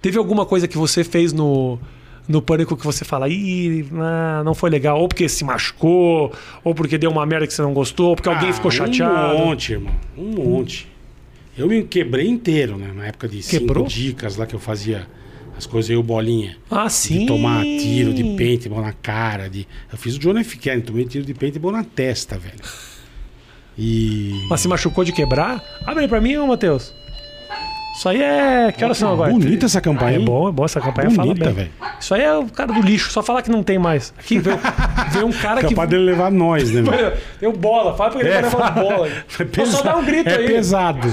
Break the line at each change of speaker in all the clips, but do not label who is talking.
Teve alguma coisa que você fez no, no pânico que você fala, ih, ah, não foi legal, ou porque se machucou, ou porque deu uma merda que você não gostou, ou porque alguém
Ah,
ficou chateado.
Um monte, irmão. Um monte. Eu me quebrei inteiro, né? Na época de
Quebrou?
cinco dicas lá que eu fazia as coisas eu bolinha.
Ah, sim.
De tomar tiro de paintball na cara. De... Eu fiz o John F. Kennedy, tomei tiro de paintball na testa, velho. E.
Mas se machucou de quebrar? Abre aí pra mim, ô, Matheus. Isso aí é. Que horas são agora?
Bonita essa
Ah,
campanha.
é
hein?
bom, é bom essa campanha. fala
Bonita,
bem.
velho.
Isso aí é o cara do lixo, só falar que não tem mais. Aqui veio, veio um cara que.
Capaz dele levar nós, né, meu?
Deu bola, fala pra ele
É,
é, levar
fala.
bola.
É
Pô, Só dá um grito
é
aí.
pesado.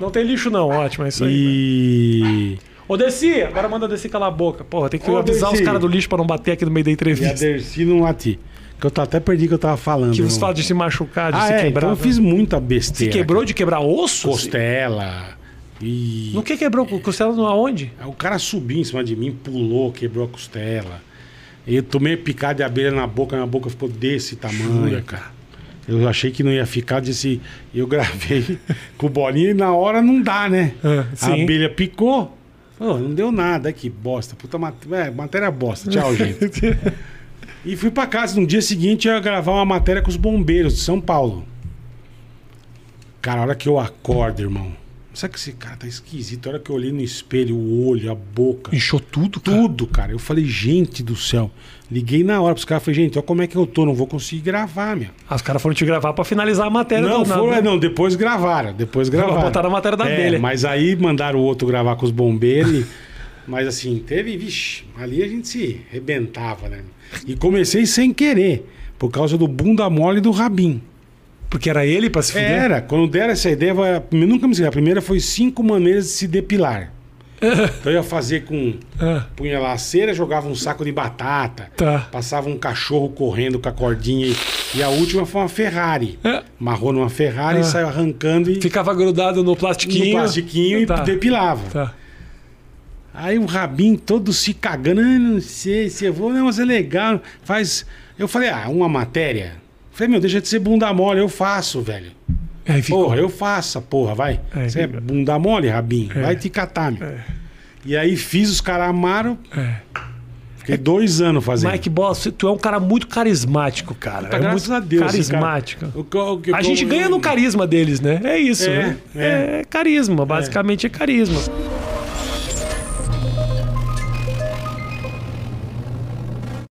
Não tem lixo, não, ótimo, é isso aí.
E.
Ô, Desci, agora manda Desci calar a boca. Porra, tem que
Ô,
avisar
Dercy.
os caras do lixo pra não bater aqui no meio da
E a
entrevista.
Dercy não lati. Que eu tô- até perdi o que eu tava falando.
Que você
irmão.
fala de se machucar, de
Ah,
se
é,
quebrar.
então eu
né?
fiz muita besteira.
Quebrou de quebrar osso?
costela. E
No que quebrou? O Costela não aonde?
o cara subiu em cima de mim, pulou, quebrou a costela. Eu tomei picada de abelha na boca, minha boca ficou desse tamanho,
Jura,
cara. Eu achei que não ia ficar desse. Eu gravei com bolinha e na hora não dá, né?
Ah,
a
sim.
abelha picou. Pô, não deu nada, que bosta. Puta mat... é, matéria bosta. Tchau, gente. e fui pra casa. No dia seguinte eu ia gravar uma matéria com os bombeiros de São Paulo. Cara, a hora que eu acordo, irmão. Sabe que esse cara tá esquisito? A hora que eu olhei no espelho, o olho, a boca.
Inchou tudo, cara.
Tudo, cara. Eu falei, gente do céu. Liguei na hora pros caras. Falei, gente, olha como é que eu tô. Não vou conseguir gravar, minha.
Ah, os caras foram te gravar pra finalizar a matéria. né?
Não,
do- na-
foram, é, não, depois gravaram. Depois gravaram.
botaram a matéria da
é,
abelha.
Mas aí mandaram o outro gravar com os bombeiros. e- mas assim, teve, vixe, ali a gente se rebentava, né? E comecei sem querer, por causa do bunda mole do Rabin.
Porque era ele pra se fuder?
Era, quando deram essa ideia, vai- eu nunca me esqueci. A primeira foi cinco maneiras de se depilar. Então eu ia fazer com.
Ah,
Punha lá a cera, jogava um saco de batata.
tá.
Passava um cachorro correndo com a cordinha. E, e a última foi uma Ferrari.
É.
Marrou numa Ferrari,
Ah.
saiu arrancando e
Ficava grudado no plastiquinho.
no plastiquinho
Tá,
e depilava.
tá.
Aí o Rabin todo se cagando, "Ah, não sei se eu vou, não, mas é legal. Faz. Eu falei, ah, uma matéria? Falei, meu, deixa de ser bunda mole, eu faço, velho.
É, Aí ficou.
Porra, eu faço, porra, vai.
É,
Você é
fica-
bunda mole, Rabin?
É.
Vai te catar, meu.
É.
E aí fiz, os caras amaram,
É.
fiquei dois anos fazendo.
Mike Boss, tu é um cara muito carismático, cara.
Puta,
é
Tá, graças
muito
a Deus, esse cara-
carismático.
O que- o que-
A gente
como-
ganha no carisma deles, né? É isso,
É,
né?
é.
É, carisma, basicamente é, carisma.